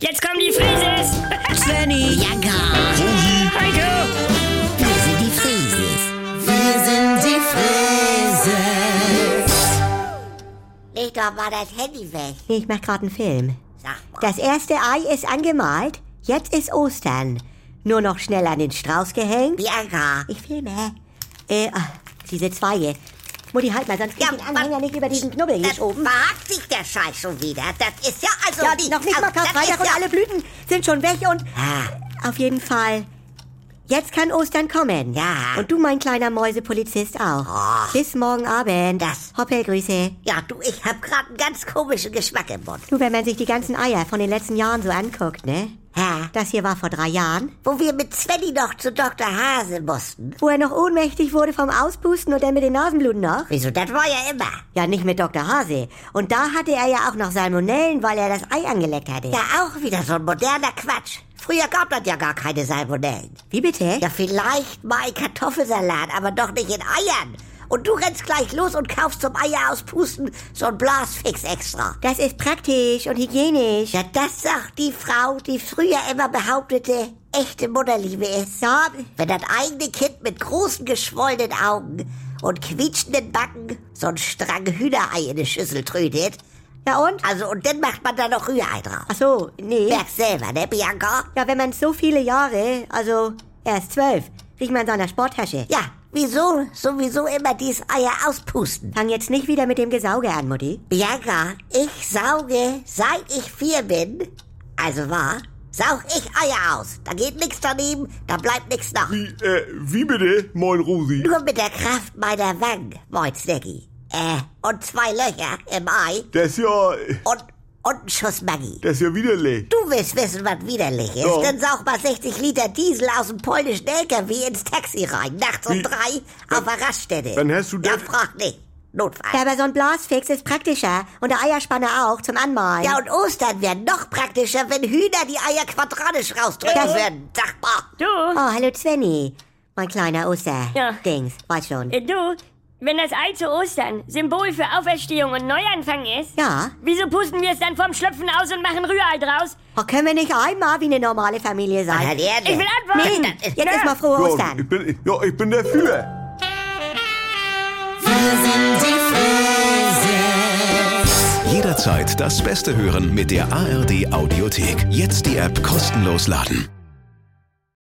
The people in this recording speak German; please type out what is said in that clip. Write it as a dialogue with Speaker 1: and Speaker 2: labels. Speaker 1: Jetzt kommen die Frises!
Speaker 2: Svenny,
Speaker 3: Ja, gar.
Speaker 1: Heiko!
Speaker 3: Wir sind die Frieses. Wir sind die Frieses.
Speaker 4: Leg doch mal das Handy weg.
Speaker 2: ich mach gerade einen Film.
Speaker 4: Sag mal.
Speaker 2: Das erste Ei ist angemalt, jetzt ist Ostern. Nur noch schnell an den Strauß gehängt.
Speaker 4: Bianca.
Speaker 2: Ich filme. Äh, ah, diese Zweige. Mutti, halt mal, sonst geht
Speaker 4: Ja, Äh,
Speaker 2: den Anhänger
Speaker 4: was-
Speaker 2: nicht über diesen Knubbel hier
Speaker 4: Das
Speaker 2: oben.
Speaker 4: mag sich der Scheiß schon wieder. Das ist ja also
Speaker 2: Ja,
Speaker 4: nicht...
Speaker 2: noch nicht mal
Speaker 4: also, das
Speaker 2: Karfreitag
Speaker 4: ist
Speaker 2: und
Speaker 4: ja-
Speaker 2: alle Blüten sind schon weg und...
Speaker 4: Ah,
Speaker 2: Auf jeden Fall. Jetzt kann Ostern kommen.
Speaker 4: Ja.
Speaker 2: Und du, mein kleiner Mäusepolizist, auch.
Speaker 4: Ach.
Speaker 2: Bis morgen Abend.
Speaker 4: Das-
Speaker 2: Hoppelgrüße.
Speaker 4: ja, du, ich hab grad einen ganz komischen Geschmack im Mund.
Speaker 2: Du, wenn man sich die ganzen Eier von den letzten Jahren so anguckt, ne?
Speaker 4: Hä?
Speaker 2: Das hier war vor drei Jahren,
Speaker 4: Wo wir mit Svenny noch zu Dr. Hase mussten.
Speaker 2: wo er noch ohnmächtig wurde vom Auspusten und dann mit den Nasenbluten noch.
Speaker 4: Wieso, das war ja immer.
Speaker 2: Ja, nicht mit Dr. Hase. Und da hatte er ja auch noch Salmonellen, weil er das Ei angeleckt hatte.
Speaker 4: Ja, auch wieder so ein moderner Quatsch. Früher gab das ja gar keine Salmonellen.
Speaker 2: Wie bitte?
Speaker 4: Ja, vielleicht mal ein Kartoffelsalat, aber doch nicht in Eiern. Und du rennst gleich los und kaufst zum Eier auspusten so ein Blasfix extra.
Speaker 2: Das ist praktisch und hygienisch.
Speaker 4: Ja, das sagt die Frau, die früher immer behauptete, echte Mutterliebe ist.
Speaker 2: Ja,
Speaker 4: Wenn das eigene Kind mit großen geschwollenen Augen und quietschenden Backen so ein Strang Hühnerei in eine Schüssel trötet.
Speaker 2: ja und?
Speaker 4: Also, und dann macht man da noch Rührei drauf.
Speaker 2: Ach so, nee.
Speaker 4: Merkst selber, ne, Bianca?
Speaker 2: Ja, wenn man so viele Jahre, also erst zwölf, riecht man in seiner Sporttasche.
Speaker 4: Ja, wieso sowieso immer dieses Eier auspusten?
Speaker 2: Fang jetzt nicht wieder mit dem Gesauge an, Mutti.
Speaker 4: Bianca, ich sauge, seit ich vier bin, also war, saug ich Eier aus. Da geht nichts daneben, da bleibt nichts nach.
Speaker 5: Äh, wie bitte? Moin Rosi.
Speaker 4: Nur mit der Kraft meiner Wangen, moin Snacky. Äh, und zwei Löcher im Ei
Speaker 5: Das ist ja,
Speaker 4: und, und ein Schuss Maggi.
Speaker 5: das ist ja widerlich.
Speaker 4: Du willst wissen, was widerlich ist.
Speaker 5: Ja.
Speaker 4: Dann saug mal 60 Liter Diesel aus dem polnischen LKW ins Taxi rein. Nachts um
Speaker 5: Wie?
Speaker 4: drei auf der Raststätte.
Speaker 5: Wann hast du
Speaker 4: Ja,
Speaker 5: das-
Speaker 4: frag nicht. Notfall.
Speaker 2: Ja, aber so ein Blasfix ist praktischer und der Eierspanner auch zum Anmalen.
Speaker 4: Ja, und Ostern wäre noch praktischer, wenn Hühner die Eier quadratisch rausdrücken
Speaker 2: Ja.
Speaker 4: würden. Sag mal.
Speaker 1: Du,
Speaker 2: Oh, hallo Svenny. Mein kleiner Oster.
Speaker 1: Ja.
Speaker 2: Dings, weiß schon.
Speaker 1: äh, du, wenn das Ei zu Ostern Symbol für Auferstehung und Neuanfang ist,
Speaker 2: Ja.
Speaker 1: wieso pusten wir es dann vom Schlüpfen aus und machen Rührei draus?
Speaker 2: Oh, können wir nicht einmal wie eine normale Familie sein?
Speaker 4: Alter, Erde.
Speaker 1: Ich will antworten!
Speaker 2: Nein, jetzt ist mal frohe
Speaker 5: Ja, ich
Speaker 2: Ostern.
Speaker 5: bin, ja, ich bin dafür.
Speaker 3: Wir sind die Frieses.
Speaker 6: Jederzeit das Beste hören mit der ARD Audiothek. Jetzt die App kostenlos laden.